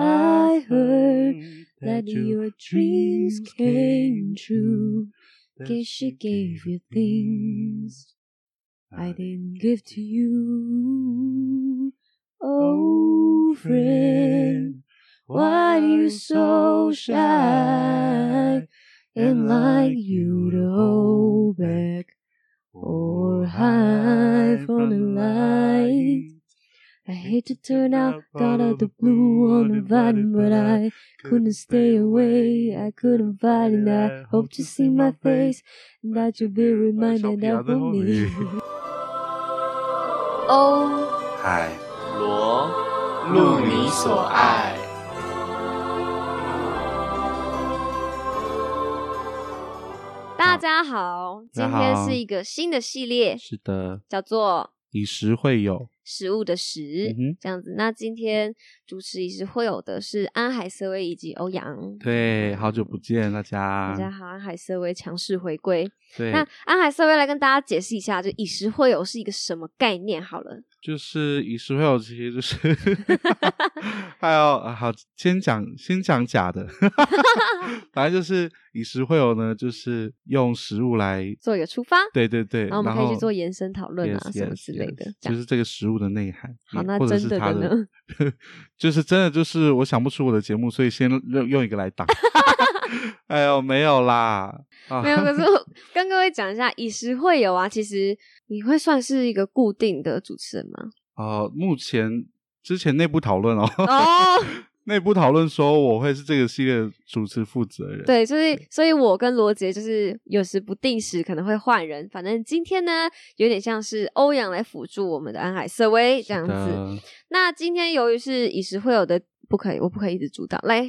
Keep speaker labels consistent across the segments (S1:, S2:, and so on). S1: Oh, that your dreams came true. Guess she gave you things I didn't give to you. Oh, friend, why you so shy and like you to hold back or hide from the light? I hate to turn out, out of the blue uninvited, but I couldn't stay away. I couldn't fight, and I hope to see my face, and that you'll be
S2: 呃
S1: reminded of me.
S2: 欧
S3: 海
S2: 罗
S3: 路你所爱。
S2: 大家好，今
S3: 大家
S2: 天
S3: 好
S2: 是一个新的系列，
S3: 是的，
S2: 叫做
S3: 以食会友。
S2: 食物的
S3: 嗯、
S2: 食
S3: 哼
S2: 这样子。那今天主持也是会有的是安海瑟薇以及欧阳。
S3: 对，好久不见大家。
S2: 大家好，安海瑟薇强势回归。
S3: 对，
S2: 那安海瑟薇来跟大家解释一下，就以食会友是一个什么概念？好
S3: 嗯
S2: 了，
S3: 就是以食会友，其实就是 还有啊好，先讲先讲假 的， 反正就是以食会友呢，就是用食物来，
S2: 做一个出发，
S3: 对对对，
S2: 然后我们可以去做延伸讨论啊
S3: yes，
S2: 什么
S3: yes，
S2: 之类的
S3: yes，
S2: 这
S3: 就
S2: 样
S3: 是这个食物的内涵。
S2: 好
S3: 嗯
S2: 那
S3: 或者
S2: 真
S3: 是
S2: 的
S3: 它
S2: 的
S3: 的
S2: 呢
S3: 就是真的就是我想不出我的节目，所以先用用一个来挡。 哎呦，没有啦，啊
S2: 没有，可是我跟各位讲一下，以食会友啊，其实你会算是一个固定的主持人 吗？
S3: 哦，目前之前内部讨论哦，
S2: 哦，
S3: 内部讨论说我会是这个系列的主持负责人。，
S2: 对，所以所以我跟罗杰就是有时不定时可能会换人，反正今天呢有点像是欧阳来辅助我们的安海瑟薇这样子。那今天由于是以食会友的，不可以，我不可以一直主导， 来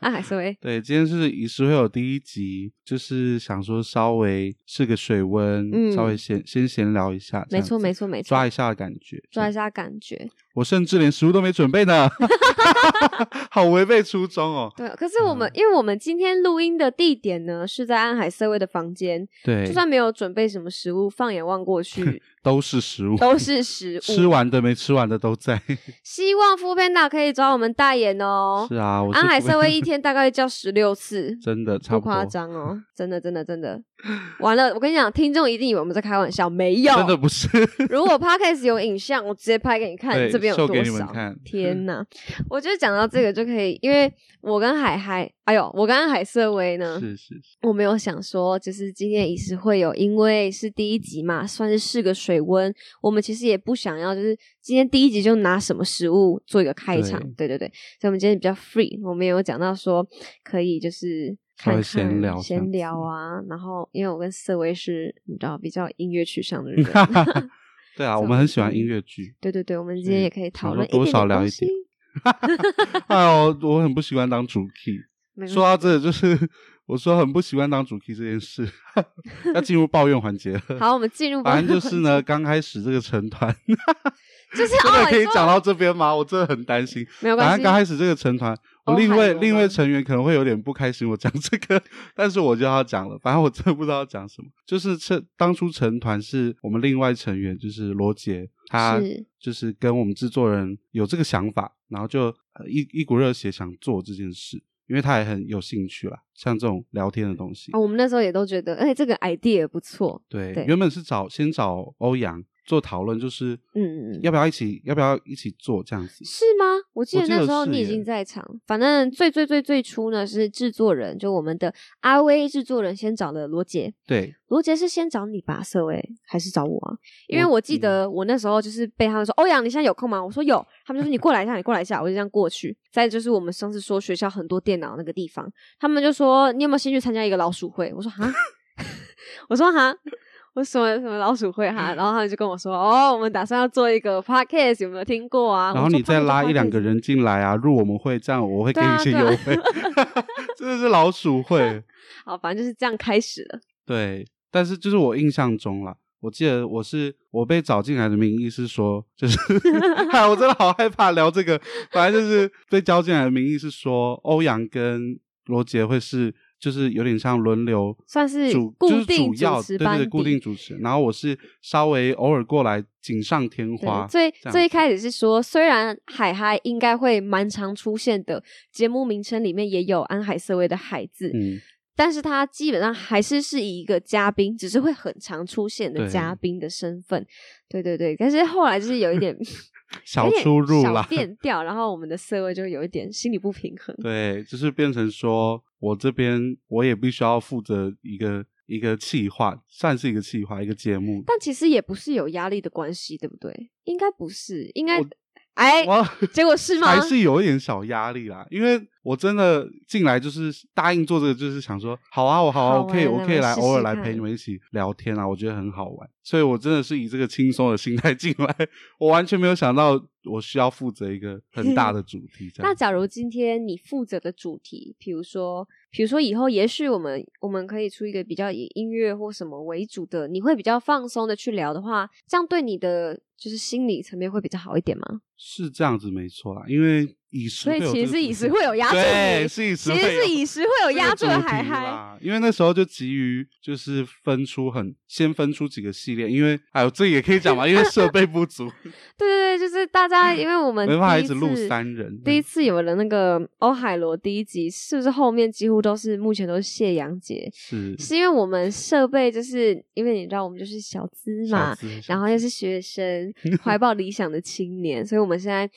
S2: 安海瑟薇，
S3: 对，今天是以食会有第一集，就是想说稍微试个水温，
S2: 嗯
S3: 稍微闲先闲聊一下，这
S2: 没
S3: 样
S2: 错
S3: 子
S2: 没错没错
S3: 抓一，下的感觉，
S2: 抓一
S3: 下。
S2: 下感觉。
S3: 我甚至连食物都没准备呢， 好违背初衷哦。
S2: 对，可是我们、因为我们今天录音的地点呢是在安海瑟薇的房间，
S3: 对，
S2: 就算没有准备什么食物，放眼望 过去
S3: 都是食物，
S2: 都是食物。
S3: 吃完的没吃完的都在。
S2: 希望 f o o Panda 可以找我们代言哦。
S3: 是啊，我是
S2: 安海
S3: 不，
S2: 瑟薇一天大概会叫十六次
S3: 真的差
S2: 不
S3: 不多
S2: 夸张哦，真的真的真的。完了，我跟你讲，听众一定以为我们在开玩笑，没有。
S3: 真的不是。
S2: 如果 Podcast 有影像，我直接拍给你看，
S3: 对
S2: 这边有
S3: 秀
S2: 多
S3: 给你们
S2: 少
S3: 看？
S2: 天哪！我觉得讲到这个就可以，因为我跟海海，哎呦，我跟安海瑟薇呢，
S3: 是是是，
S2: 我没有想说，就是今天仪式会有，因为是第一集嘛，算是试个水温。我们其实也不想要，就是今天第一集就拿什么食物做一个开场，对对对。所以我们今天比较 free，我们也有讲到说可以就是
S3: 稍
S2: 看
S3: 微
S2: 看
S3: 闲聊这样
S2: 闲
S3: 子
S2: 聊啊。然后因为我跟瑟薇是你知道比较音乐取向 的人，
S3: 对啊，
S2: 这
S3: 我们很
S2: 种
S3: 喜欢
S2: 嗯
S3: 音乐剧。
S2: 对对对，我们今天也可以讨论
S3: 想说多少聊
S2: 一
S3: 一
S2: 点
S3: 点
S2: 点东西。
S3: 哎呦，我很不喜欢当主 key。
S2: 没关
S3: 说到这，就是 我说很不喜欢当主 key 这件事， 要进入抱怨环节了。
S2: 系，好，我们进入吧。
S3: 反正就是呢，刚开始这个成 团，
S2: 就是
S3: 真
S2: 哦
S3: 的可以
S2: 你说
S3: 讲到这边吗？我真的很担心。
S2: 没有
S3: 反
S2: 关
S3: 正
S2: 系，
S3: 刚开始这个成团，我
S2: 哦
S3: 另
S2: 海
S3: 外
S2: 螺
S3: 另
S2: 吗
S3: 外成员可能会有点不开心，我讲这个， 但是我就要讲了。反正我真的不知道讲什么。就是这当初成团是我们另外成员，就是罗杰，他
S2: 是
S3: 就是跟我们制作人有这个想法，然后就呃一一股热血想做这件事，因为他也很有兴趣啦，像这种聊天的东西。
S2: 哦我们那时候也都觉得，哎、这个 idea 不错。
S3: 对，
S2: 对
S3: 原本是找先找欧阳做讨论，就是
S2: 嗯嗯
S3: 要不要一起，要不要一起做这样子？
S2: 是吗？我记
S3: 我
S2: 得
S3: 记
S2: 那
S3: 得
S2: 时候
S3: 是
S2: 你已
S3: 耶
S2: 经在场。反正最最最最初呢是制作人，就我们的阿威制作人先找了罗杰。
S3: 对，
S2: 罗杰是先找你吧，社威还是找我啊？因为
S3: 我
S2: 我记
S3: 嗯
S2: 得我那时候就是被他们说：“欧阳，你现在有空吗？”我说有，他们就说：“你过来一下，你过来一下。”我就这样过去。再就是我们上次说学校很多电脑那个地方，他们就说：“你有没有兴趣参加一个老鼠会？”我说：“哈。” 我说：“哈。”我说什么什么老鼠会哈，然后他们就跟我说，哦，我们打算要做一个 podcast，有没有听过啊？
S3: 然后
S2: 我说
S3: 你再拉一两个，人进来啊，入我们会，这样我会给
S2: 对
S3: 你
S2: 啊
S3: 一些
S2: 对啊
S3: 优惠。 真的是老鼠会，
S2: podcast 好，反正就是这样开始了。
S3: 对。但是就是我印象中啦，我记得我是我被找进来的名义是说，就是， 哎，我真的好害怕聊这个。反正就是被招进来的名义是说，欧阳跟罗杰会是就是有点像轮流
S2: 算是
S3: 主，
S2: 固
S3: 就是
S2: 定
S3: 主
S2: 主
S3: 要
S2: 持
S3: 对对
S2: 班
S3: 对固
S2: 底
S3: 定主持，然后我是稍微偶尔过来锦上添花
S2: 对，，最
S3: 这样
S2: 最一开始是说，虽然海嗨应该会蛮常出现的，节目名称里面也有安海瑟薇的海字，
S3: 嗯，
S2: 但是他基本上还是是以一个嘉宾，只是会很常出现的
S3: 对
S2: 嘉宾的身份。对对对，但是后来就是有 一点
S3: 小
S2: 有点
S3: 出入
S2: 小
S3: 啦，
S2: 变调，然后我们的瑟薇就有一点心理不平衡。
S3: 对，就是变成说我这边我也必须要负责一个一个企划，算是一个企划一个节目，
S2: 但其实也不是有压力的关系，对不对？应该不是，应该
S3: 我
S2: 哎，
S3: 我
S2: 结果是吗？
S3: 还是有一点小压力啦，因为我真的进来就是答应做这个，就是想说好啊，我好啊，
S2: 好
S3: 我可以，
S2: 玩
S3: 我可以
S2: 我
S3: 来
S2: 试
S3: 偶尔
S2: 试
S3: 来
S2: 看
S3: 陪你们一起聊天啊，我觉得很好玩，所以我真的是以这个轻松的心态 进来，我完全没有想到我需要负责一个很大的主题，这
S2: 那
S3: 样
S2: 假如今天你负责的主题，比如说，比如说以后也许我们我们可以出一个比较以音乐或什么为主的，你会比较放松的去聊的话，这样对你的就是心理层面会比较好一点吗？
S3: 是这样子没错啦，因为以时
S2: 所以
S3: 会有
S2: 其
S3: 这
S2: 实
S3: 个
S2: 是以
S3: 主
S2: 时
S3: 题
S2: 会有压住
S3: 对，
S2: 你
S3: 是以时
S2: 其
S3: 会
S2: 实
S3: 有
S2: 是以时会有
S3: 这
S2: 压
S3: 个
S2: 住
S3: 主
S2: 的
S3: 题
S2: 海嗨，
S3: 啦，因为那时候就急于就是分出很先分出几个系列，因为哎呦这也可以讲嘛，因为设备不足，
S2: 对对对，就是大家因为我们
S3: 没办法
S2: 嗯第
S3: 一直录
S2: 次
S3: 三人
S2: 第一次有了那个欧海罗第一集，是不是后面几乎都是目前都是谢阳姐？
S3: 是
S2: 是因为我们设备，就是因为你知道我们就是小资
S3: 小
S2: 嘛，
S3: 资小
S2: 然后又是学 生，怀抱理想的青年，所以我们现在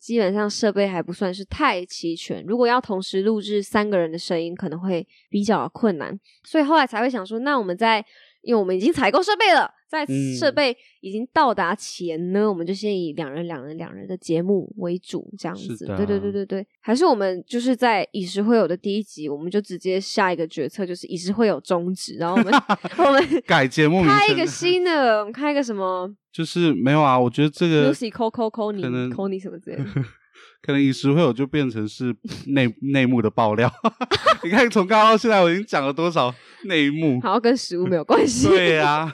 S2: 基本上设备还不算是太齐全。如果要同时录制三个人的声音，可能会比较困难，所以后来才会想说，那我们在，因为我们已经采购设备了，在
S3: 嗯
S2: 设备已经到达前呢，我们就先以两人、两人、两人的节目为主，这样
S3: 是
S2: 子。
S3: 的
S2: 对对对对对，还是我们就是在以时会友的第一集，我们就直接下一个决策，就是以时会友终止，然后我们 我们
S3: 改节目名
S2: 开一
S3: 称
S2: 个新的，我们开一个什么？
S3: 就是没有啊，我觉得这个
S2: Lucy 抠抠抠你
S3: 可能
S2: 抠你什么之类的
S3: 可能以时会友就变成是内内幕的爆料。 你看从刚刚到现在，我已经讲了多少内幕？
S2: 好像跟食物没有关 系。
S3: 对呀、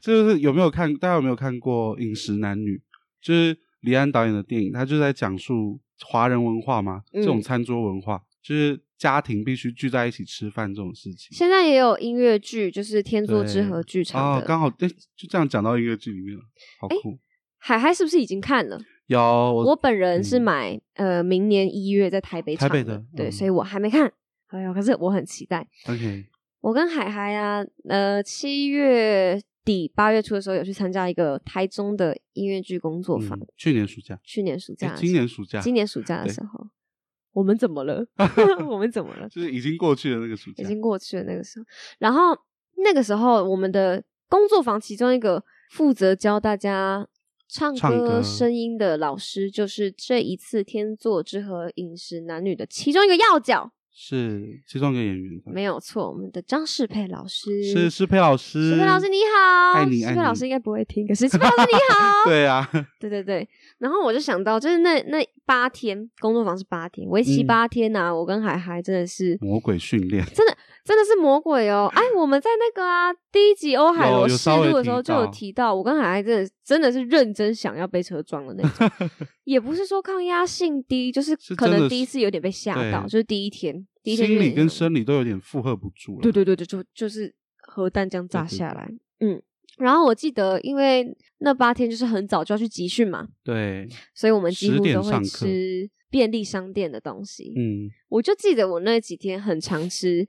S3: 就是有没有看？大家有没有看过《饮食男女》？就是李安导演的电影，他就在讲述华人文化嘛，这种
S2: 嗯
S3: 餐桌文化，就是家庭必须聚在一起吃饭这种事情。
S2: 现在也有音乐剧，就是天作之
S3: 对
S2: 合剧场
S3: 哦
S2: 的。，
S3: 刚好对，就这样讲到音乐剧里面了，好
S2: 诶
S3: 酷。
S2: 海海是不是已经看了？
S3: 有我
S2: 我本人是
S3: 嗯
S2: 买、呃明年一月在台北
S3: 台
S2: 场
S3: 北的
S2: 对，
S3: 嗯
S2: 所以我还没看。哎呦，可是我很期待。
S3: OK，
S2: 我跟海海啊，呃，七月底八月初的时候有去参加一个台中的音乐剧工作坊，
S3: 嗯去年暑假，
S2: 去年暑
S3: 诶
S2: 假的时候、
S3: 今年暑假，
S2: 今年暑假的
S3: 对
S2: 时候，我们怎么了？ 我们怎么了？
S3: 就是已经过去的那个暑
S2: 已
S3: 假，
S2: 经过去了那个时候。然后那个时候，我们的工作坊其中一个负责教大家唱
S3: 唱歌
S2: 歌声音的老师，就是这一次《天作之合》饮食男女的其中一个要角，
S3: 是其中一个演员，
S2: 没有错，我们的张世佩老师
S3: 是施佩老师，
S2: 世佩老师你好，
S3: 爱你
S2: 世
S3: 爱
S2: 佩
S3: 你，，
S2: 老师应该不会听，可是世佩老师你好
S3: 对啊，
S2: 对对对，然后我就想到，就是那那八天工作坊是八天，为期
S3: 嗯
S2: 八天呐、我跟海海真的是
S3: 魔鬼训练，
S2: 真的是魔 鬼哦！哎，我们在那个啊第一集欧海
S3: 有
S2: 螺
S3: 有
S2: 试
S3: 稍微
S2: 录的时候
S3: 提
S2: 就
S3: 到
S2: 有提到，我跟海海真的真的是认真想要被车撞的那 种，也不是说抗压性低，就是
S3: 是
S2: 可
S3: 真
S2: 能
S3: 的
S2: 第一
S3: 是
S2: 次有点被吓
S3: 对
S2: 到，就是第一天，第一天就
S3: 心
S2: 有
S3: 理
S2: 点
S3: 跟
S2: 像
S3: 生理都有点负荷不住了，
S2: 对对对对，就就是核弹这样炸
S3: 对对
S2: 下来，嗯。然后我记得，因为那八天就是很早就要去集训嘛，
S3: 对，
S2: 所以我们几
S3: 10
S2: 乎
S3: 点
S2: 都会
S3: 上课
S2: 吃便利商店的东西。
S3: 嗯，
S2: 我就记得我那几天很常吃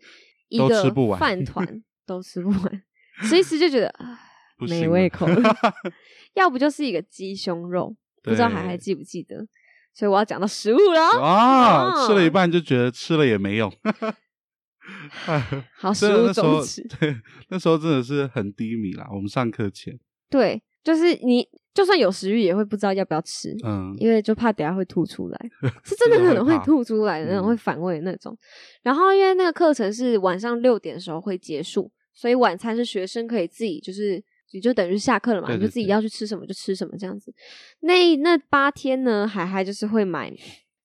S2: 一
S3: 都
S2: 个
S3: 吃不完
S2: 饭团，都吃不完，吃一吃就觉得唉
S3: 不行
S2: 没
S3: 了
S2: 胃口了要不就是一个鸡胸肉，不知道海
S3: 对
S2: 还记不记得？所以我要讲到食物了，
S3: 啊，吃了一
S2: 嗯
S3: 半就觉得吃了也没 用，哎，
S2: 好，食
S3: 真的
S2: 物
S3: 那时候
S2: 终止。
S3: 对那时候真的是很低迷啦，我们上课前，
S2: 对，就是你就算有食欲，也会不知道要不要吃，
S3: 嗯，
S2: 因为就怕等下会吐出 来，是真的
S3: 真的会
S2: 可能会
S3: 怕
S2: 吐出来的那
S3: 嗯
S2: 种，会反胃的那种。然后因为那个课程是晚上六点的时候会结束，所以晚餐是学生可以自己就是。你就等于下课了嘛，
S3: 对
S2: 你
S3: 对
S2: 就自己
S3: 对
S2: 要去吃什么就吃什么这样子。那那八天呢，海海就是会买，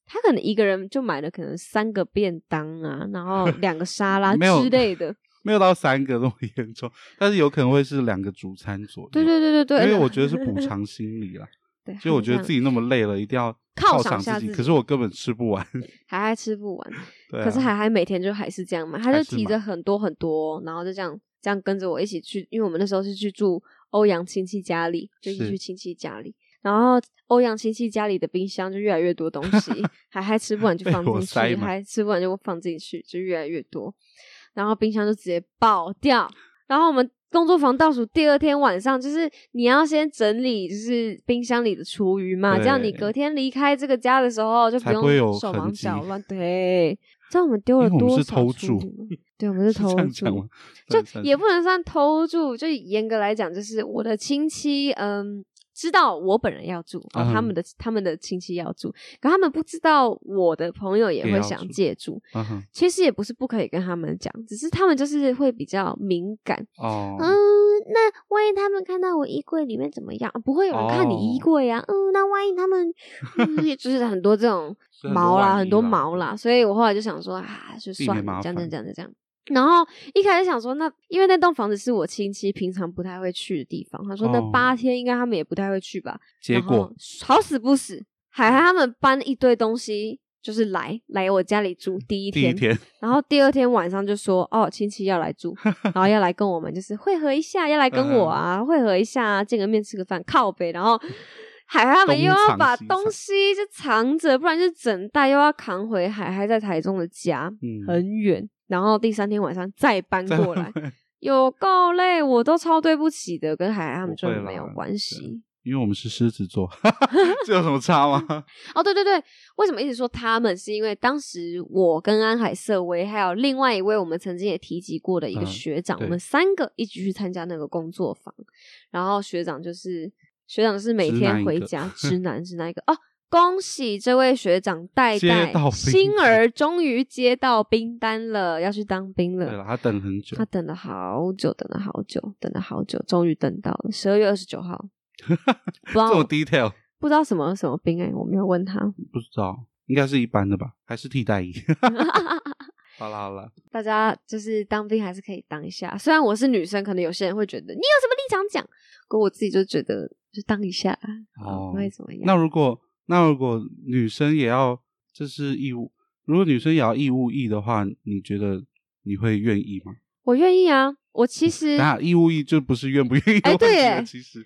S2: 他可能一个人就买了可能三个便当啊，然后两个沙拉
S3: 没有
S2: 之类的。
S3: 没有到三个那么严重，但是有可能会是两个主餐左右，
S2: 对对对对对，
S3: 因为我觉得是补偿心理啦。
S2: 对，
S3: 所以我觉得
S2: 己。
S3: 自己那么累了，一定要
S2: 犒
S3: 赏
S2: 赏下
S3: 己。
S2: 自
S3: 可
S2: 己
S3: 是我根本吃不完，
S2: 海海吃不完，
S3: 对、啊，
S2: 可是海海每天就还是这样买，他
S3: 还
S2: 就是提
S3: 买
S2: 着很多很多，然后就这样这样跟着我一起去，因为我们那时候是去住欧阳亲戚家里，就一起
S3: 是
S2: 去亲戚家里。然后欧阳亲戚家里的冰箱就越来越多东 西，海海吃不完就
S3: 被
S2: 放
S3: 我
S2: 进
S3: 塞
S2: 去，
S3: 满
S2: 还吃不完就放进去，就越来越多，然后冰箱就直接爆掉。然后我们工作坊倒数第二天晚上，就是你要先整理，就是冰箱里的厨余嘛，这样你
S3: 对
S2: 隔天离开这个家的时候就
S3: 才
S2: 不
S3: 不会有
S2: 用手忙
S3: 痕迹
S2: 脚乱。对，知道我们丢了
S3: 因为我
S2: 多
S3: 们
S2: 少
S3: 是偷
S2: 处
S3: 住
S2: 理吗？ 对，我们是
S3: 这
S2: 偷
S3: 样讲
S2: 住
S3: 吗，？
S2: 就
S3: 算
S2: 也
S3: 是
S2: 不能算偷住，就严格来讲，就是我的亲戚，嗯。知道我本人要住，哦他们
S3: 嗯
S2: 的他们的亲戚要住，可他们不知道我的朋友也
S3: 也
S2: 会
S3: 要
S2: 想
S3: 住
S2: 借住。
S3: 嗯哼
S2: 其实也不是不可以跟他们讲，只是他们就是会比较敏感，
S3: 哦，
S2: 嗯，那万一他们看到我衣柜里面怎么样？啊不会有人看你衣
S3: 哦
S2: 柜啊。嗯，那万一他们， 嗯，就是很多这种
S3: 所以很多
S2: 毛啦，
S3: 万
S2: 很
S3: 一
S2: 多
S3: 啦
S2: 毛啦，所以我后来就想说啊，就
S3: 避
S2: 算
S3: 免
S2: 了，
S3: 麻
S2: 这样这
S3: 烦
S2: 样这样这样。然后一开始想说，那因为那栋房子是我亲戚平常不太会去的地方，他说那
S3: 哦
S2: 八天应该他们也不太会去吧。
S3: 结
S2: 然
S3: 果
S2: 后好死不死，海涵他们搬一堆东西，就是来来我家里住第一
S3: 第一
S2: 天，
S3: 天
S2: 然后第二天晚上就说，哦，亲戚要来住， 然后要来跟我们就是会合一下，要来
S3: 嗯
S2: 跟我啊，会合一下啊，见个面吃个饭，靠北。然后海海他们
S3: 东
S2: 又要
S3: 藏
S2: 把
S3: 西
S2: 东
S3: 藏
S2: 西就藏着，不然就整袋又要扛回海海在台中的家，
S3: 嗯，
S2: 很远。然后第三天晚上再搬
S3: 再
S2: 过
S3: 慢
S2: 来，
S3: 慢
S2: 有够累，我都超对不起的，跟海海他们
S3: 不
S2: 就
S3: 会
S2: 没有
S3: 啦
S2: 关
S3: 对
S2: 系。
S3: 因为我们是狮子座， 这有什么差吗？
S2: 哦，对对对，为什么一直说他们？是因为当时我跟安海瑟薇，还有另外一位我们曾经也提及过的一个
S3: 嗯
S2: 学长，我
S3: 对
S2: 们三个一起去参加那个工作坊，然后学长就是学长就是每
S3: 直男
S2: 天
S3: 一
S2: 回
S3: 个
S2: 家， 直男直男一个哦。恭喜这位学长代
S3: 接
S2: 代
S3: 到兵
S2: 星
S3: 单
S2: 儿终于接到兵单了，要去当兵
S3: 对
S2: 了。
S3: 了，他等很久
S2: 他，等了好久，等了好久，等了好久，终于等到了十二月二十 九号。不知
S3: 这
S2: 道
S3: 种 detail
S2: 不知道什么什么兵哎、我没有问他。
S3: 不知道，应该是一般的吧，还是替代役？ 好了好了，
S2: 大家就是当兵还是可以当一下。虽然我是女生，可能有些人会觉得你有什么立场讲，可我自己就觉得就当一下，
S3: 哦
S2: 啊，不会怎么样。
S3: 那如果那如果女生也要就是义务，如果女生也要义务役的话，你觉得你会愿意吗？
S2: 我愿意啊，我其实，
S3: 嗯那义务役就不是愿不愿意的
S2: 哎
S3: 问题
S2: 对
S3: 了
S2: 耶
S3: 其实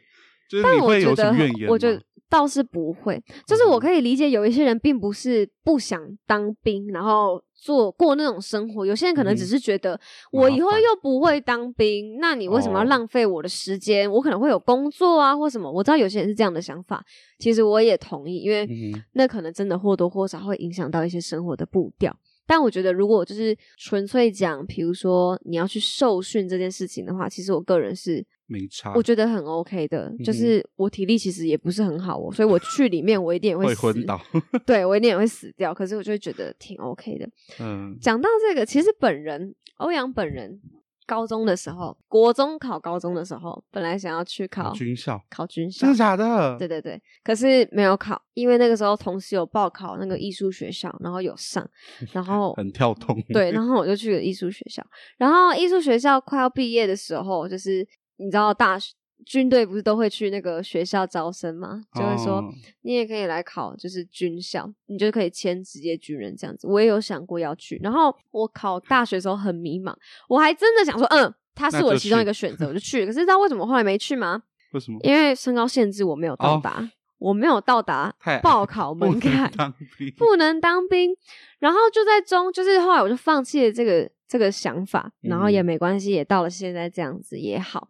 S3: 就是
S2: 但
S3: 你
S2: 我
S3: 会
S2: 觉
S3: 有什
S2: 得
S3: 么怨言吗？
S2: 我觉得倒是不会，就是我
S3: 嗯
S2: 可以理解有一些人并不是不想当兵，然后做过那种生活。有些人可能只
S3: 嗯
S2: 是觉得我以后
S3: 麻烦
S2: 又不会当兵，那你为什么要
S3: 哦
S2: 浪费我的时间？我可能会有工作啊或什么。我知道有些人是这样的想法，其实我也同意，因为
S3: 嗯哼
S2: 那可能真的或多或少会影响到一些生活的步调。但我觉得，如果就是纯粹讲，比如说你要去受训这件事情的话，其实我个人是
S3: 没差，
S2: 我觉得很 OK 的，就
S3: 啊嗯哼
S2: 是我体力其实也不是很好哦，所以我去里面我一定也
S3: 会
S2: 死，
S3: 昏倒。
S2: 对我一定也会死掉。可是我就会觉得挺 OK 的。
S3: 嗯，
S2: 讲到这个，其实本人欧阳本人高中的时候，国中考高中的时候，本来想要去考
S3: 军校，
S2: 考军校
S3: 真的，假的？
S2: 对对对，可是没有考，因为那个时候同时有报考那个艺术学校，然后 有上，然后
S3: 很跳痛。
S2: 对，然后我就去了艺术学校。然后艺术学校快要毕业的时候，就是你知道大学军队不是都会去那个学校招生吗？就会说、
S3: 哦
S2: 你也可以来考，就是军校，你就可以签职业军人这样子。我也有想过要去，然后我考大学的时候很迷茫，我还真的想说，嗯，它是
S3: 那
S2: 我
S3: 就
S2: 其中一
S3: 去
S2: 个 选择，我就去了。可是知道为什么后来没去吗？
S3: 为什么？
S2: 因为身高限制我没有到
S3: 哦
S2: 达，我没有到 达
S3: 太矮
S2: 报考
S3: 不
S2: 门
S3: 能
S2: 槛，
S3: 当兵
S2: 不能当兵。然后就在中，就是后来我就放弃了这个这个想法，然后也
S3: 嗯
S2: 没关系，也到了现在这样子也好。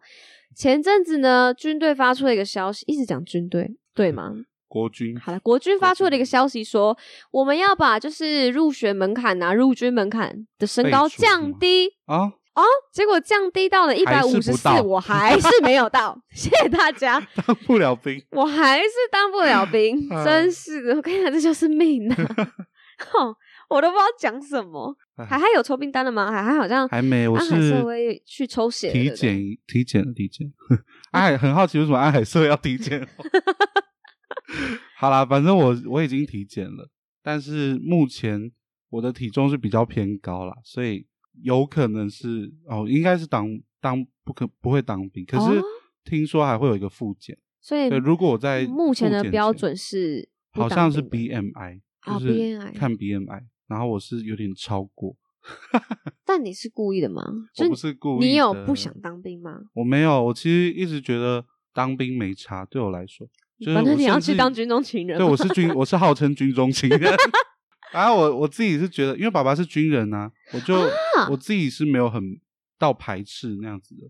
S2: 前阵子呢，军队发出了一个消息，一直讲军队 对吗？
S3: 国军
S2: 好了，国军发出了一个
S3: 军
S2: 消息说，我们要把就是入学门槛啊、入军门槛的身
S3: 废
S2: 高
S3: 除是
S2: 降
S3: 吗
S2: 低，哦
S3: 啊，
S2: 结果降低到了一百
S3: 还
S2: 五
S3: 是
S2: 十
S3: 不
S2: 四
S3: 到，
S2: 我还是没有到， 谢谢大家。
S3: 当不了兵。
S2: 我还是当不了兵，
S3: 啊
S2: 真是的！我跟你讲，这就是命啊！ 哼，我都不知道讲什么。
S3: 唉
S2: 海海有抽兵单了吗？海海好像
S3: 还没，我
S2: 安海
S3: 是
S2: 瑟薇去抽血了
S3: 体
S2: 对不对
S3: 检体检体检。 安海很好奇为什么安海社要体 检哦。好啦，反正我我已经体检了，但是目前我的体重是比较偏高啦，所以有可能是哦，应该是当当不可不会当兵，可是
S2: 哦
S3: 听说还会有一个复检。
S2: 所以
S3: 对，如果我在
S2: 目前的
S3: 复检
S2: 标
S3: 前
S2: 准是
S3: 好像
S2: 不
S3: 是
S2: 当兵
S3: BMI，就
S2: 哦
S3: 是
S2: ，BMI
S3: 看 BMI，然后我是有点超过，
S2: 但你是故意的吗？
S3: 我不
S2: 就是
S3: 故意。
S2: 你有不想？当兵吗？
S3: 我没有，我其实一直觉得当兵没差，对我来说，就是
S2: 反正
S3: 我
S2: 你要
S3: 甚
S2: 去
S3: 至
S2: 当军中情人
S3: 对，
S2: 嘛
S3: 我是军，我是号称军中情 人。然后我我自己是觉得，因为爸爸是军人啊，我就、我自己是没有很到排斥那样子的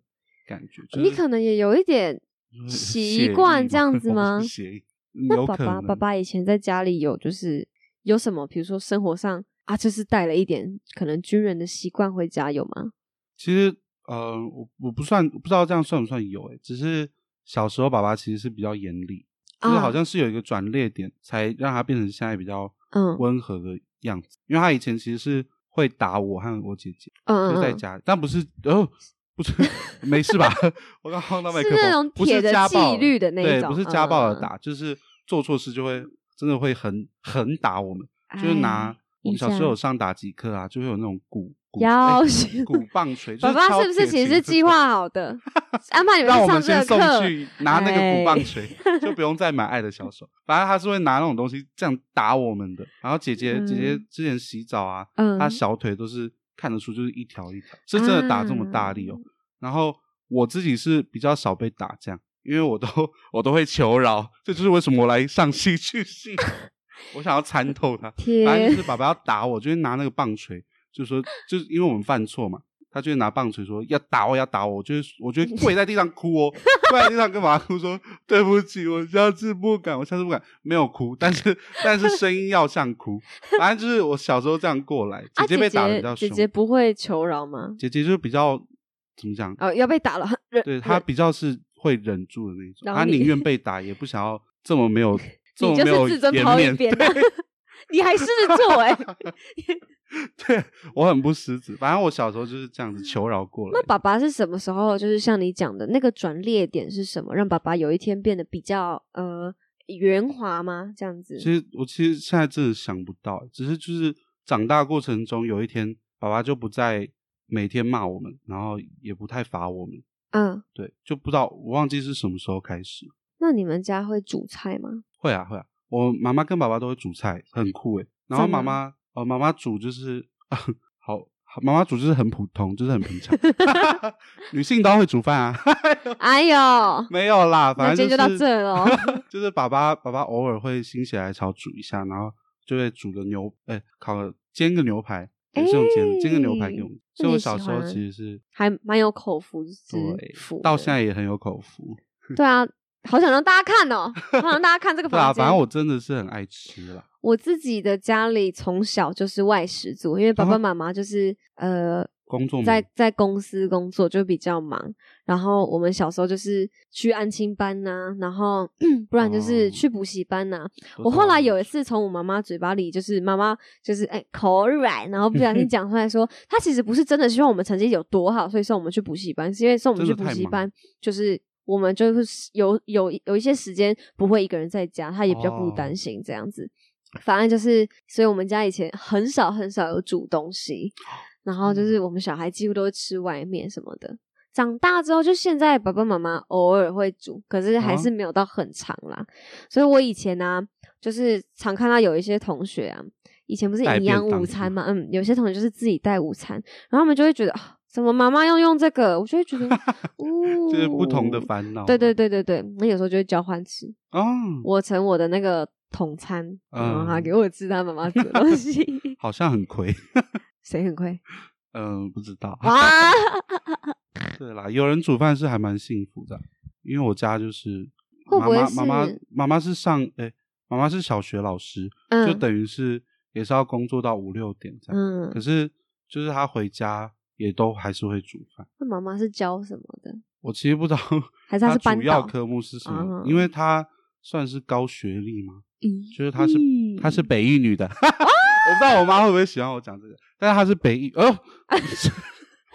S3: 感觉。就是、
S2: 你可能也有一点
S3: 就是
S2: 习
S3: 协议
S2: 惯
S3: 嘛
S2: 这样子
S3: 我不是
S2: 吗
S3: 协议
S2: 那
S3: 嗯有
S2: 爸
S3: 可
S2: 爸
S3: 能
S2: 爸爸以前在家里有就是有什么，比如说生活上啊，就是带了一点可能军人的习惯回家有吗？
S3: 其实呃，我我不算不知道这样算不算有诶、只是小时候爸爸其实是比较严厉，就是
S2: 啊
S3: 好像是有一个转捩点，才让他变成现在比较
S2: 嗯
S3: 温和的样子。因为他以前其实是会打我和我姐姐，
S2: 嗯
S3: 就
S2: 嗯
S3: 在
S2: 嗯，
S3: 家里，但不是哦。不是，没事吧？ 我刚碰到麦
S2: 是
S3: 克风，
S2: 那种
S3: 不是
S2: 铁的
S3: 家暴
S2: 纪律的那一
S3: 对，
S2: 种
S3: 不是家暴
S2: 嗯嗯
S3: 的
S2: 嗯
S3: 打，就是做错事就会真的会狠狠打我们，就是拿
S2: 哎
S3: 我们小时候
S2: 一下
S3: 有上打击课啊，就会有那种鼓鼓
S2: 要
S3: 哎
S2: 学
S3: 鼓棒锤，就
S2: 爸爸
S3: 敲
S2: 是不是
S3: 铁
S2: 其
S3: 琴
S2: 实
S3: 这
S2: 是计
S3: 种
S2: 划好的，安排你
S3: 让
S2: 去
S3: 我
S2: 上
S3: 们
S2: 这
S3: 先
S2: 个
S3: 送
S2: 课？
S3: 去拿那个鼓
S2: 哎
S3: 棒锤，就不用再买爱的小手。反正他是会拿那种东西这样打我们的。然后姐姐、姐姐
S2: 嗯
S3: 之前洗澡啊，
S2: 嗯
S3: 她小腿都是看得出，就是一条一条，是真的打这么大力哦。
S2: 嗯
S3: 然后我自己是比较少被打这样，因为我都我都会求饶，这就是为什么我来上戏剧 系，我想要参透他。反正就
S2: 天，
S3: 是爸爸要打我，就会拿那个棒槌，就说就是因为我们犯错嘛，他就会拿棒槌说要打我，要打我，我就会我就会跪在地上哭哦，跪在地上跟爸爸哭说对不起，我下次不敢，我下次不敢，没有哭，但是但是声音要像哭，反正就是我小时候这样过来，
S2: 啊，
S3: 姐被打的比较
S2: 姐
S3: 凶，
S2: 姐不会求饶吗？
S3: 姐姐就比较怎么讲，
S2: 哦，要被打了，忍
S3: 对她比较是会忍住的那一种，
S2: 然
S3: 她
S2: 后你
S3: 宁愿被打也不想要这么没有这 么
S2: 你就
S3: 没有
S2: 是自尊抛
S3: 颜
S2: 一
S3: 面，
S2: 边
S3: 对
S2: 啊， 你还狮子座哎、
S3: 对我很不识字，反正我小时候就是这样子求饶过来
S2: 嗯那
S3: 的。
S2: 爸爸是什么时候？就是像你讲的那个转捩点是什么，让爸爸有一天变得比较呃圆滑吗？这样子
S3: 其实我其实现在真的想不到，只是就是长大过程中有一天，爸爸就不再每天骂我们，然后也不太罚我们，
S2: 嗯，
S3: 对，就不知道我忘记是什么时候开始。
S2: 那你们家会煮菜吗？
S3: 会啊会啊，我妈妈跟爸爸都会煮菜，很酷诶。然后
S2: 真的
S3: 妈妈哦，妈妈煮就是、 啊、好，妈妈煮就是很普通，就是很平 常， 女性都会煮饭啊。
S2: 哎呦，
S3: 没有啦，
S2: 那
S3: 反
S2: 今
S3: 正
S2: 天就到
S3: 是
S2: 这哦喽。
S3: 就是爸爸爸爸偶尔会心血来潮煮一下，然后就会煮个牛，哎、烤个煎个牛排，也是用煎的，煎个牛排给我们
S2: 哎。
S3: 所以
S2: 那
S3: 我
S2: 你
S3: 小
S2: 喜
S3: 时候
S2: 欢
S3: 其实是
S2: 还蛮有口福之
S3: 对
S2: 福的，
S3: 到现在也很有口福。
S2: 对啊，好想让大家看哦，好想让大家看这 个
S3: 对啊，
S2: 房间。
S3: 反正我真的是很爱吃啦。
S2: 我自己的家里从小就是外食族，因为爸爸
S3: 啊
S2: 妈妈就是、呃
S3: 工作
S2: 在
S3: 忙
S2: 在公司工作就比较忙，然后我们小时候就是去安亲班呐、然后 不然就是
S3: 哦
S2: 去补习班呐、
S3: 都
S2: 我
S3: 是
S2: 后
S3: 好
S2: 来
S3: 吃
S2: 有一次从我妈妈嘴巴里，就是妈妈就是哎、口软，然后 不小心讲出来说，她其实不是真的希望我们成绩有多好，所以送我们去补习班，是因为送我们去
S3: 真的
S2: 补
S3: 太
S2: 习
S3: 忙
S2: 班，就是我们就是有有有一些时间不会一个人在家，她也比较孤
S3: 哦
S2: 单型这样子。反正就是，所以我们家以前很少很少有煮东西，然后
S3: 嗯
S2: 就是我们小孩几乎都会吃外面什么的。长大之后，就现在爸爸妈妈偶尔会煮，可是还
S3: 啊
S2: 是没有到很长啦。所以我以前呢、啊就是常看到有一些同学啊，以前不是
S3: 带
S2: 营养
S3: 便当
S2: 午
S3: 是
S2: 餐嘛
S3: 吗，
S2: 嗯，有些同学就是自己带午餐，然后他们就会觉得，啊怎么妈妈要用这个？我就会觉 得，哦，
S3: 就是不同的烦恼。
S2: 对对对对对，那有时候就会交换吃，
S3: 哦，
S2: 我盛我的那个统餐，然后他
S3: 嗯
S2: 给我吃他妈妈煮的东西，
S3: 好像很亏。
S2: 谁很亏？
S3: 嗯，不知道。
S2: 哇，
S3: 对啦，有人煮饭是还蛮幸福的，啊因为我家就是
S2: 会
S3: 妈
S2: 不会
S3: 妈妈妈
S2: 是
S3: 妈妈是上诶、妈妈是小学老师，就
S2: 嗯
S3: 等于是也是要工作到五六点这样。
S2: 嗯
S3: 可，是就是她回家也都还是会煮饭。
S2: 那妈妈是教什么的？
S3: 我其实不知道
S2: 还是她
S3: 她
S2: 是班
S3: 主要
S2: 导
S3: 科目是什么
S2: 啊，
S3: 因为她算是高学历嘛，
S2: 咦嗯
S3: 就是她是她是北一女的。 我不知道我妈会不会喜欢我讲这个，但是她是北一，哦，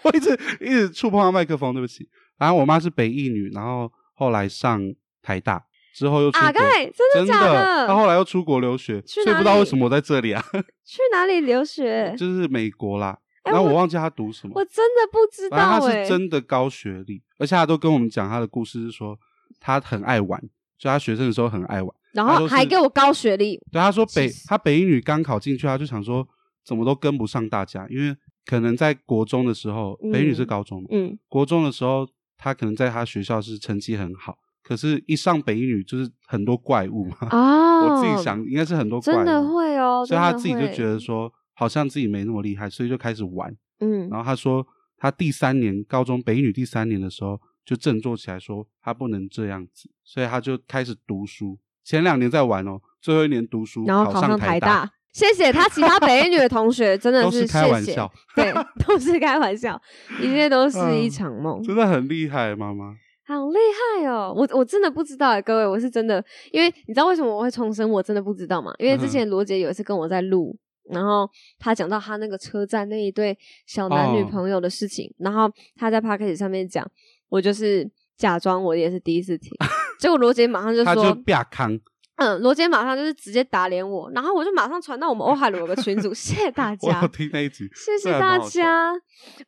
S3: 我一直一直触碰到麦克风，对不起。反正我妈是北一女，然后后来上台大，之后又出国，
S2: 啊，盖，真
S3: 真
S2: 的假
S3: 她后来又出国留学，
S2: 去
S3: 所以不知
S2: 哪
S3: 道
S2: 里
S3: 为什么我在这里啊，
S2: 去哪里留学？
S3: 就是美国啦。
S2: 哎
S3: 然后
S2: 我
S3: 我忘记她读什么，
S2: 我真的不知道
S3: 反正她
S2: 哎、
S3: 是真的高学历，而且她都跟我们讲她的故事是说她很爱玩，就她学生的时候很爱玩，
S2: 然
S3: 他
S2: 后
S3: 就是
S2: 还给我高学历，
S3: 对，他说北
S2: 气死
S3: 他北一女刚考进去，他就想说怎么都跟不上大家，因为可能在国中的时候，北一女是
S2: 嗯
S3: 高中嘛，
S2: 嗯，
S3: 国中的时候，他可能在他学校是成绩很好，可是一上北一女就是很多怪物嘛。
S2: 哦，
S3: 啊我自己想应该是很多怪物，
S2: 真的会哦，
S3: 所以他
S2: 真的
S3: 自己就
S2: 会
S3: 觉得，说好像自己没那么厉害，所以就开始玩。
S2: 嗯
S3: 然后他说他第三年高中北一女第三年的时候就振作起来说他不能这样子，所以他就开始读书。前两年在玩哦，最后一年读书，
S2: 然后考
S3: 上
S2: 上
S3: 台
S2: 台大。谢谢他，其他北一女的同学真的
S3: 都是
S2: 谢
S3: 开玩
S2: 谢
S3: 笑，
S2: 对，都是开玩笑，一切都是一
S3: 嗯
S2: 场梦，
S3: 真的很厉害，妈妈。
S2: 好厉害哦！我我真的不知道哎，各位，我是真的，因为你知道为什么我会重生，我真的不知道嘛。
S3: 嗯
S2: 因为之前罗杰有一次跟我在录，然后他讲到他那个车站那一对小男女
S3: 哦
S2: 朋友的事情，然后他在 p a c k a g e 上面讲，我就是假装我也是第一 次听，结果罗杰马上就
S3: 他就
S2: 说，
S3: 啪康，
S2: 嗯，罗杰马上就是直接打脸我，然后我就马上传到我们欧海鲁有个群组， 谢谢大
S3: 我
S2: 家
S3: 有，听那一集，
S2: 谢谢
S3: 这还蛮
S2: 大
S3: 好笑
S2: 家。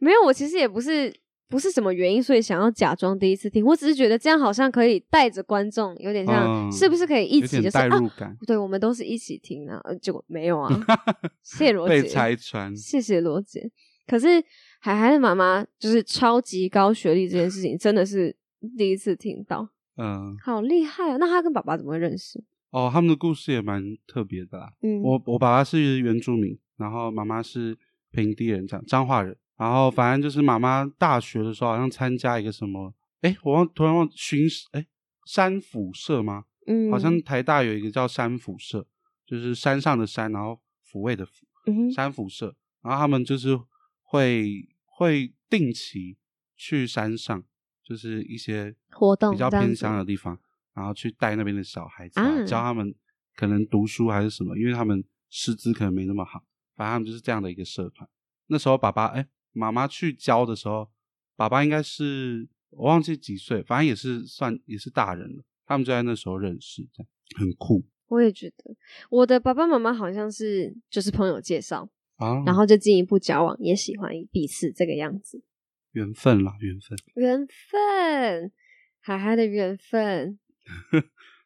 S2: 没有，我其实也不是不是什么原因，所以想要假装第一次听。我只是觉得这样好像可以带着观众，有点像、
S3: 嗯
S2: 是不是可以一
S3: 有
S2: 起
S3: 点
S2: 就是
S3: 代
S2: 啊，
S3: 入感，
S2: 对，我们都是一起听啊。呃结果没 有啊，谢谢罗
S3: 被
S2: 杰，
S3: 拆穿。
S2: 谢谢罗杰。可是海涵的妈妈就是超级高学历这件事情，真的是第一次听到，
S3: 嗯，
S2: 好厉害啊！那他跟爸爸怎么会认识？
S3: 哦，他们的故事也蛮特别的啦。
S2: 嗯，
S3: 我我爸爸是原住民，然后妈妈是平地人，这样彰化人。然后反正就是妈妈大学的时候好像参加一个什么，哎，我忘突然忘巡视，哎，山府社吗？
S2: 嗯
S3: 好像台大有一个叫山府社，就是山上的山，然后抚慰的抚，
S2: 嗯
S3: 山府社。然后他们就是会会定期去山上，就是一些
S2: 活动
S3: 比较
S2: 这样
S3: 偏
S2: 子
S3: 乡的地方，然后去带那边的小孩子、啊，
S2: 啊
S3: 教他们可能读书还是什么，因为他们师资可能没那么好，反正他们就是这样的一个社团。那时候爸爸哎，妈妈去教的时候，爸爸应该是我忘记几岁，反正也是算也是大人了。他们就在那时候认识，这样很酷
S2: 我也觉得，我的爸爸妈妈好像是就是朋友介绍，
S3: 啊。
S2: 然后就进一步交往，也喜欢彼此这个样子，
S3: 缘分啦，缘分，
S2: 缘分，海海的缘分，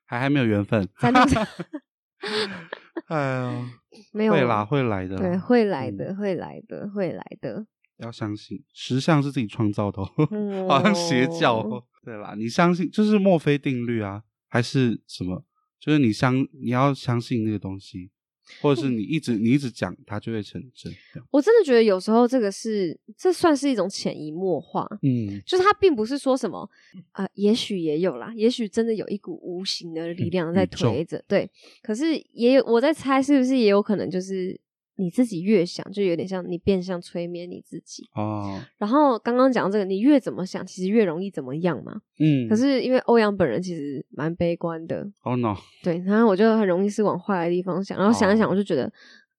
S3: 还还没有缘 分。
S2: 在路 上
S3: 哎呦，
S2: 没有
S3: 会啦，会来的啦，
S2: 对，会来的，
S3: 嗯
S2: 会来的，会来的，
S3: 要相信，实相是自己创造的、哦。
S2: 嗯
S3: 好像邪教、哦。对啦，你相信就是墨菲定律啊，还是什么？就是你相你要相信那个东西，或者是你一直你一直讲，它就会成真。这样
S2: 我真的觉得有时候这个是，这算是一种潜移默化，
S3: 嗯，
S2: 就是它并不是说什么，呃，也许也有啦，也许真的有一股无形的力量在
S3: 嗯宇宙
S2: 推着，对。可是也有我在猜，是不是也有可能就是你自己越想，就有点像你变相催眠你自己。
S3: 哦，
S2: 然后刚刚讲这个，你越怎么想，其实越容易怎么样嘛。
S3: 嗯，
S2: 可是因为欧阳本人其实蛮悲观的，
S3: 哦 no，
S2: 对，然后我就很容易是往坏的地方想，然后想一想，
S3: 哦
S2: 我就觉得，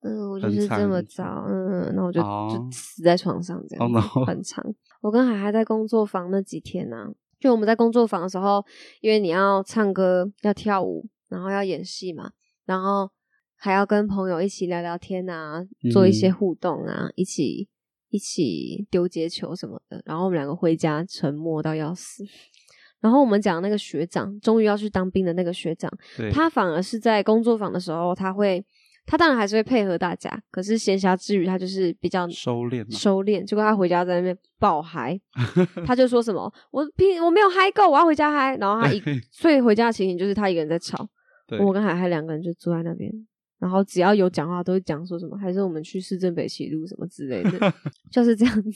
S2: 嗯、我就
S3: 很
S2: 是
S3: 惨
S2: 这
S3: 很
S2: 么糟
S3: 惨，
S2: 嗯，嗯，那我就、
S3: 哦
S2: 就死在床上这样
S3: 哦
S2: 子
S3: no
S2: 很长。我跟海海在工作坊那几天呢、就我们在工作坊的时候，因为你要唱歌、要跳舞，然后要演戏嘛，然后还要跟朋友一起聊聊天啊，做一些
S3: 嗯
S2: 互动啊，一起一起丢接球什么的。然后我们两个回家沉默到要死。 然后我们讲那个学长，终于要去当兵的那个学长，
S3: 对，
S2: 他反而是在工作坊的时候，他会，他当然还是会配合大家，可是闲暇之余，他就是比较
S3: 收敛啊嘛，
S2: 收敛。结果他回家在那边爆 嗨，他就说什么我拼我没有嗨够，我要回家嗨。然后他一，所以回家的情形就是他一个人在吵，
S3: 对，
S2: 我跟海海两个人就坐在那边，然后只要有讲话都会讲说什么，还是我们去市政北齐路什么之类 的，就是这样子。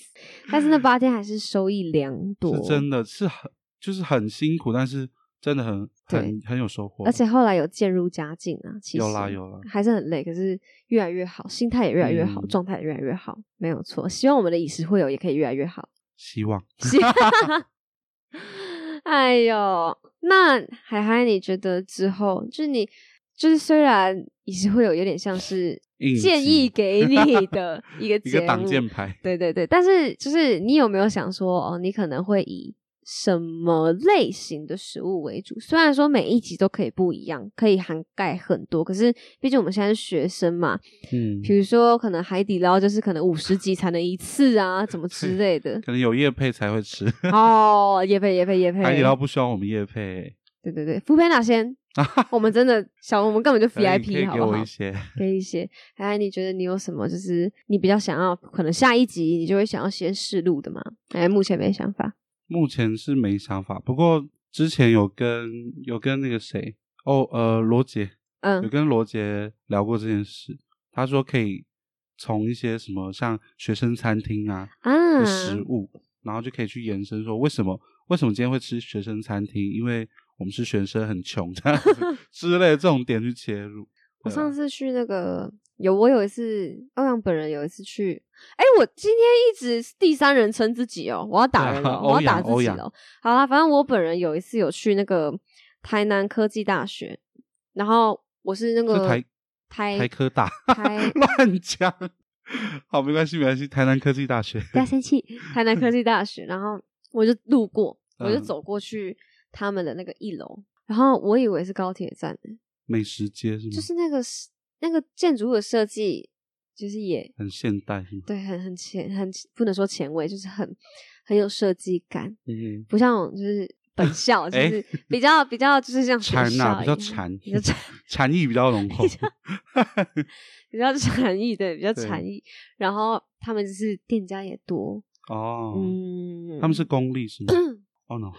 S2: 但是那八天还是收益良多，
S3: 是真的是很就是很辛苦，但是真的很
S2: 对
S3: 很很有收获，
S2: 而且后来有渐入佳境啊，其实
S3: 有啦有啦
S2: 还是很累，可是越来越好，心态也越来越好，
S3: 嗯
S2: 状态也越来越好，没有错。希望我们的以食会友也可以越来越好。
S3: 希望
S2: 希哎呦，那海海，你觉得之后就是你就是虽然以食会友有点像 是
S3: 应急
S2: 建议给你的一个
S3: 一
S2: 节
S3: 个挡
S2: 目，
S3: 箭 牌。
S2: 对对对，但是就是你有没有想说，哦，你可能会以什么类型的食物为主？虽然说每一集都可以不一样，可以涵盖很多，可是毕竟我们现在是学生嘛，
S3: 嗯，。
S2: 比如说可能海底捞就是可能五十集才能一次啊，怎么之类的
S3: 可能有叶配才会吃，
S2: 哦，也配也配也配，
S3: 海底捞不需要我们叶配，
S2: 对对对，福培哪先？我们真的小，我们根 本就
S3: 可以哎可
S2: VIP
S3: 以
S2: 好
S3: 给
S2: 不好
S3: 我一？些。
S2: 给一些。哎，你觉得你有什么就是你比较想要，可能下一集你就会想要先试录的吗？哎，目前没想法。
S3: 目前是没想法，不过之前有跟有跟那个谁哦呃罗杰有
S2: 嗯
S3: 跟罗杰聊过这件事，他说可以从一些什么像学生餐厅啊
S2: 啊
S3: 的，食物，然后就可以去延伸说为什么为什么今天会吃学生餐厅，因为我们是学生很穷这 样子之类的这种点去切入。
S2: 我
S3: 对啊
S2: 上次去那个有，我有一次欧阳本人有一次去，哎、我今天一直是第三人称自己哦，我要打人
S3: 对啊
S2: 了，我
S3: 欧
S2: 要打
S3: 阳
S2: 自
S3: 欧
S2: 己
S3: 阳
S2: 了。好啦，反正我本人有一次有去那个台南科技大学，然后我是那
S3: 是
S2: 个
S3: 台
S2: 台
S3: 台科大
S2: 台
S3: 乱讲，好没关系没关系，台南科技大学
S2: 不要生气，台南科技大学。然后我就路过，我就
S3: 嗯
S2: 走过去他们的那个一楼，然后我以为是高铁站，
S3: 美食街是吗？
S2: 就是那个是那个建筑物的设计，就是也
S3: 很现代是吗？
S2: 对，很很前很不能说前卫，就是很很有设计感，
S3: 嗯。
S2: 不像就是 本校，就
S3: 哎
S2: 是比较比较就是像学
S3: 禅
S2: 校
S3: 呐，
S2: 一
S3: 比较
S2: 样
S3: 禅
S2: 比 较禅，
S3: 禅意比较 浓厚。
S2: 比较禅意，对，比较
S3: 对
S2: 禅意。然后他们就是店家也多，
S3: 哦，
S2: 嗯，
S3: 他们是公立是吗？哦 no，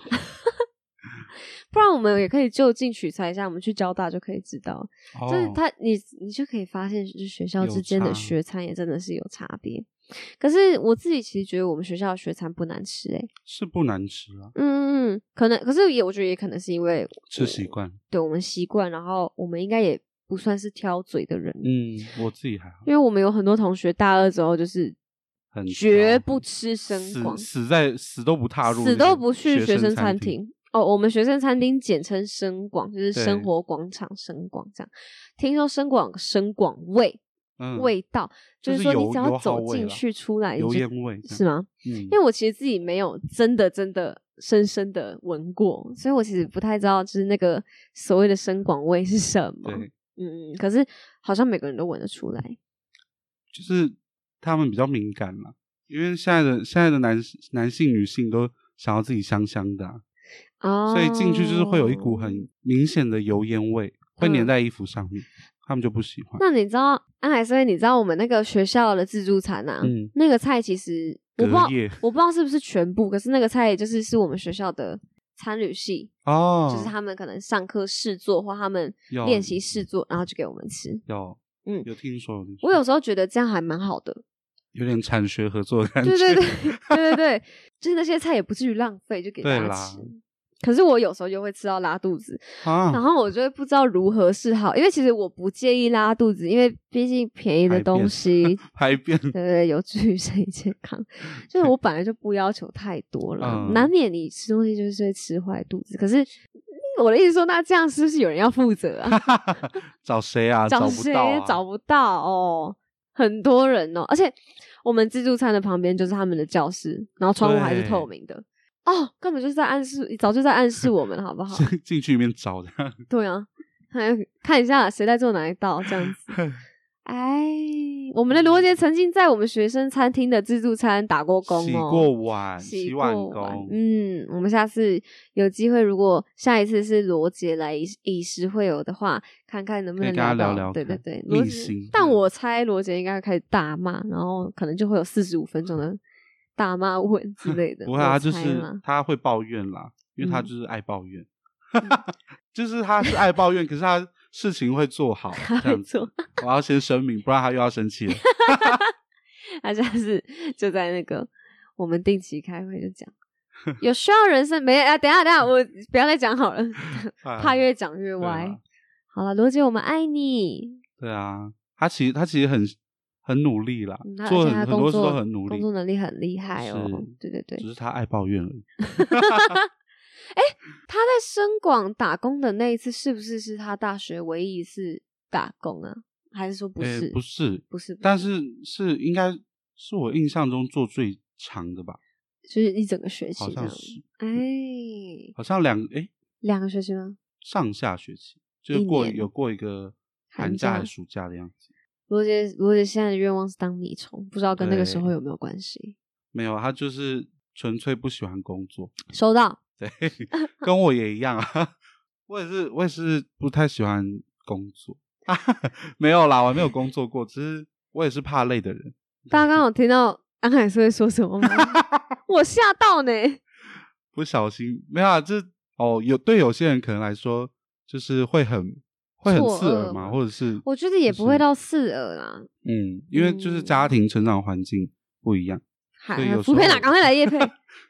S2: 不然我们也可以就近取材一下，我们去交大就可以知道，
S3: 哦
S2: 就是他你你就可以发现，就是学校
S3: 有
S2: 之间的
S3: 差
S2: 学餐也真的是有差别。可是我自己其实觉得我们学校的学餐不难吃诶、欸
S3: 是不难吃啊，
S2: 嗯嗯嗯，可能可是也我觉得也可能是因为
S3: 吃习惯。
S2: 对我们习惯，然后我们应该也不算是挑嘴的人，
S3: 嗯，我自己还好，
S2: 因为我们有很多同学大二之后就是
S3: 很
S2: 绝
S3: 挑
S2: 不吃生广，
S3: 死死在死都不踏入那
S2: 死
S3: 个
S2: 都不去
S3: 学
S2: 生
S3: 生
S2: 餐
S3: 餐
S2: 厅。哦，我们学生餐厅简称生广，就是
S3: 对
S2: 生活广场、生广这样。听说生广生广味、
S3: 嗯，
S2: 味道，就
S3: 就是
S2: 说你
S3: 油
S2: 只要
S3: 油耗
S2: 走
S3: 味
S2: 进
S3: 啦
S2: 去出来，你
S3: 油
S2: 就
S3: 烟味这样
S2: 是吗？
S3: 嗯
S2: 因，为我其实自己没有真的真的深深的闻过，所以我其实不太知道，就是那个所谓的生广味是什么。
S3: 对，
S2: 嗯，可是好像每个人都闻得出来。
S3: 就是他们比较敏感嘛，因为现在的现在的男男性女性都想要自己香香的啊，
S2: 哦，
S3: 所以进去就是会有一股很明显的油烟味，会
S2: 嗯
S3: 粘在衣服上面，他们就不喜欢。
S2: 那你知道安海森？你知道我们那个学校的自助餐啊？
S3: 嗯，
S2: 那个菜其实我不知道
S3: 隔，夜
S2: 我不知道是不是全部，可是那个菜就是是我们学校的餐旅系，
S3: 哦，嗯
S2: 就是他们可能上课试做或他们
S3: 有
S2: 练习试做，然后就给我们吃。
S3: 有，
S2: 嗯
S3: 有听说，有听说
S2: 我有时候觉得这样还蛮好的，
S3: 有点产学合作的感觉，
S2: 对对对对 对对，就是那些菜也不至于浪费，就给
S3: 对
S2: 大家
S3: 啦
S2: 吃。可是我有时候就会吃到拉肚子，然
S3: 啊，
S2: 后我就会不知道如何是好，因为其实我不介意拉肚子，因为毕竟便宜的
S3: 排便，
S2: 东西
S3: 排便
S2: 对对对，有助于身体健康。就是我本来就不要求太多了，
S3: 嗯
S2: 难免你吃东西就是会吃坏肚子。可是嗯我的意思说，那这样是不是有人要负责啊？
S3: 找谁啊？
S2: 找
S3: 不
S2: 谁
S3: 到啊，
S2: 找不到哦，很多人哦，而且我们自助餐的旁边就是他们的教室，然后窗户还是
S3: 对
S2: 透明的。哦，根本就是在暗示，早就在暗示我们，好 不好？
S3: 进进去里面找的，
S2: 对啊，还看一下谁在 做哪一道这样 子。哎，我们的罗杰曾经在我们学生餐厅的自助餐打过工哦，
S3: 洗过碗，洗碗
S2: 过碗
S3: 工，
S2: 嗯，我们下次有机会，如果下一次是罗杰来以以食会友的话，看看能不
S3: 可以
S2: 能
S3: 跟他聊
S2: 到。
S3: 聊
S2: 对对
S3: 看
S2: 对，
S3: 秘
S2: 罗杰
S3: 辛。
S2: 但
S3: 嗯
S2: 我猜罗杰应该会开始大骂，然后可能就会有四十五分钟的大骂文之类 的。
S3: 不会
S2: 会
S3: 啊，他就是他会抱怨啦，因为他
S2: 嗯
S3: 就是爱抱怨， 就是他是爱抱怨，可是他事情会做好，
S2: 他
S3: 这
S2: 会
S3: 样子。
S2: 做，
S3: 我要先声明，不然他又要生 气了。
S2: 他下次 就在那个我们定期开会就 讲。有需要人生没啊？等一下等一下，我不要再讲好 了，怕
S3: 哎
S2: 越讲越
S3: 对
S2: 歪。
S3: 啊
S2: 好了，罗杰，我们爱你。
S3: 对啊，他其实他其实很很努力啦
S2: 嗯他，而
S3: 做
S2: 且
S3: 很
S2: 他
S3: 很
S2: 工
S3: 多事
S2: 作
S3: 都很努力
S2: 工，作能力很厉害哦。对对对
S3: 只，是他爱抱怨而已。
S2: 他在深广打工的那一次，是不是是他大学唯一一次打工啊？还是说不
S3: 诶
S2: 是？嗯
S3: 不是，
S2: 不是，不
S3: 但是是应该是我印象中做最长的吧？
S2: 就是一整个学期
S3: 好
S2: 这
S3: 像
S2: 样。
S3: 是，嗯
S2: 哎，
S3: 好像两诶、
S2: 两个学期吗？
S3: 上下学期，就是
S2: 一
S3: 过
S2: 年哦
S3: 有过一个
S2: 寒
S3: 寒假
S2: 假
S3: 还是暑假的样子。
S2: 罗杰，罗杰现在的愿望是当米虫，不知道跟那个时候
S3: 对
S2: 有没有关系？
S3: 没有，他就是纯粹不喜欢工作，
S2: 收到，
S3: 对，跟我也一样啊。 我也是，我也是不太喜欢工作， 没有啦，我还没有工作过，只是我也是怕累的人。
S2: 大家刚刚 有听到安海是会说什么吗？ 我吓到呢。
S3: 不小心没有啊，这哦，有对有些人可能来说，就是会很会很
S2: 错愕
S3: 刺耳嘛，或者是
S2: 我觉得也
S3: 就
S2: 不会
S3: 是
S2: 到刺耳啦，
S3: 嗯，因为就是家庭成长环境不一样，
S2: 还
S3: 所以有时
S2: 福
S3: 候
S2: 培啦，赶快来夜配。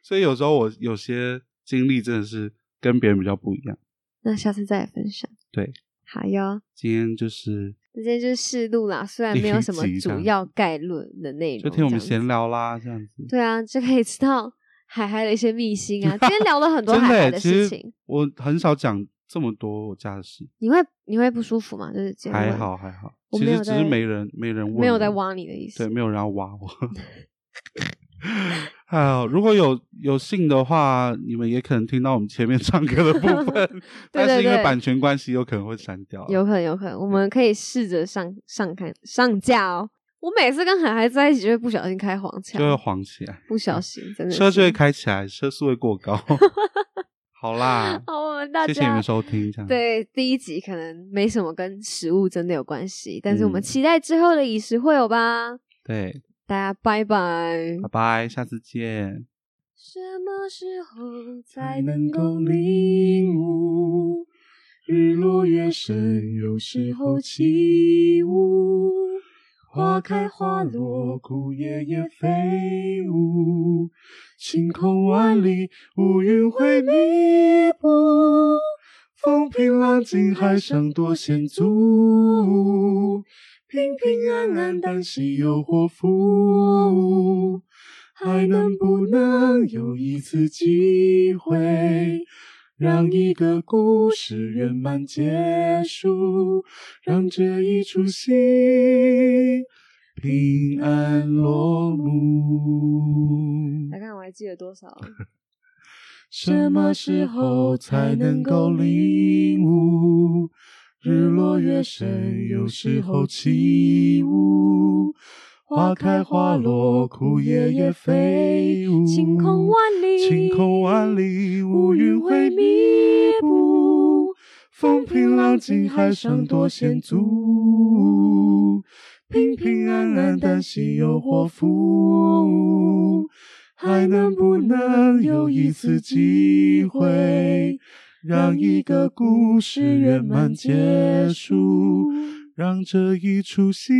S3: 所以有时候我有些经历真的是跟别人比较不一样。
S2: 那下次再来分享。
S3: 对，
S2: 好哟。
S3: 今天就是
S2: 那今天就是试录啦，虽然没有什么
S3: 第一集这样
S2: 主要概论的内容，
S3: 就听我们
S2: 哦这样子
S3: 闲。聊啦，这样子。
S2: 对啊，就可以知道海海的一些秘 辛啊。今天聊了很多
S3: 真
S2: 海
S3: 的
S2: 海
S3: 耶，
S2: 的
S3: 其
S2: 事
S3: 实
S2: 情，
S3: 我很少讲这么多我家的事，
S2: 你会你会不舒服吗？就是结
S3: 还
S2: 论
S3: 好，还好，
S2: 我
S3: 其
S2: 没
S3: 实
S2: 有
S3: 只
S2: 在
S3: 是没人没人问我，
S2: 没有在挖你的意思
S3: 对，。没有人要挖我。 还有，如果有有幸的话，你们也可能听到我们前面唱歌的部分，但是因
S2: 对
S3: 为
S2: 对
S3: 版权关系，有可能会删掉啊。
S2: 有可能，有可能，我们可以试着上上看上架哦。我每次跟海海在一起，就会不小心开黄
S3: 就会
S2: 腔，
S3: 黄起来，
S2: 不小心真的
S3: 车
S2: 是
S3: 就会开起来，车速会过高。 好啦，
S2: 好，我们大家
S3: 谢谢你们收听，这样
S2: 对第一集可能没什么跟食物真的有关系，但是我们
S3: 嗯
S2: 期待之后的以食会友吧。
S3: 对，
S2: 大家拜拜。
S3: 拜拜，下次见。
S2: 什么时候
S1: 才
S2: 才
S1: 能
S2: 能
S1: 够
S2: 够
S1: 领
S2: 领
S1: 悟
S2: 悟？
S1: 日落月升，有时候起舞，花开花落，枯叶也飞舞。晴空万里，乌云会密布，风平浪静，海上多险阻。平平安安，旦夕又祸福。还能不能有一次机会，让一个故事圆满结束，让这一出戏平安落幕？
S2: 来看我还记得多少啊？
S1: 什么时候才能够领悟？日落月升，有时候起舞，花开花落，枯叶也飞舞。
S2: 晴空万里，
S1: 晴空万里，乌云会密布，风平浪静，海上多险阻。平平安安，旦夕又祸福。还能不能有一次机会，让一个故事圆满结束，让这一出戏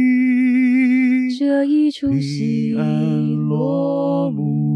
S2: 这一出戏
S1: 平安落幕。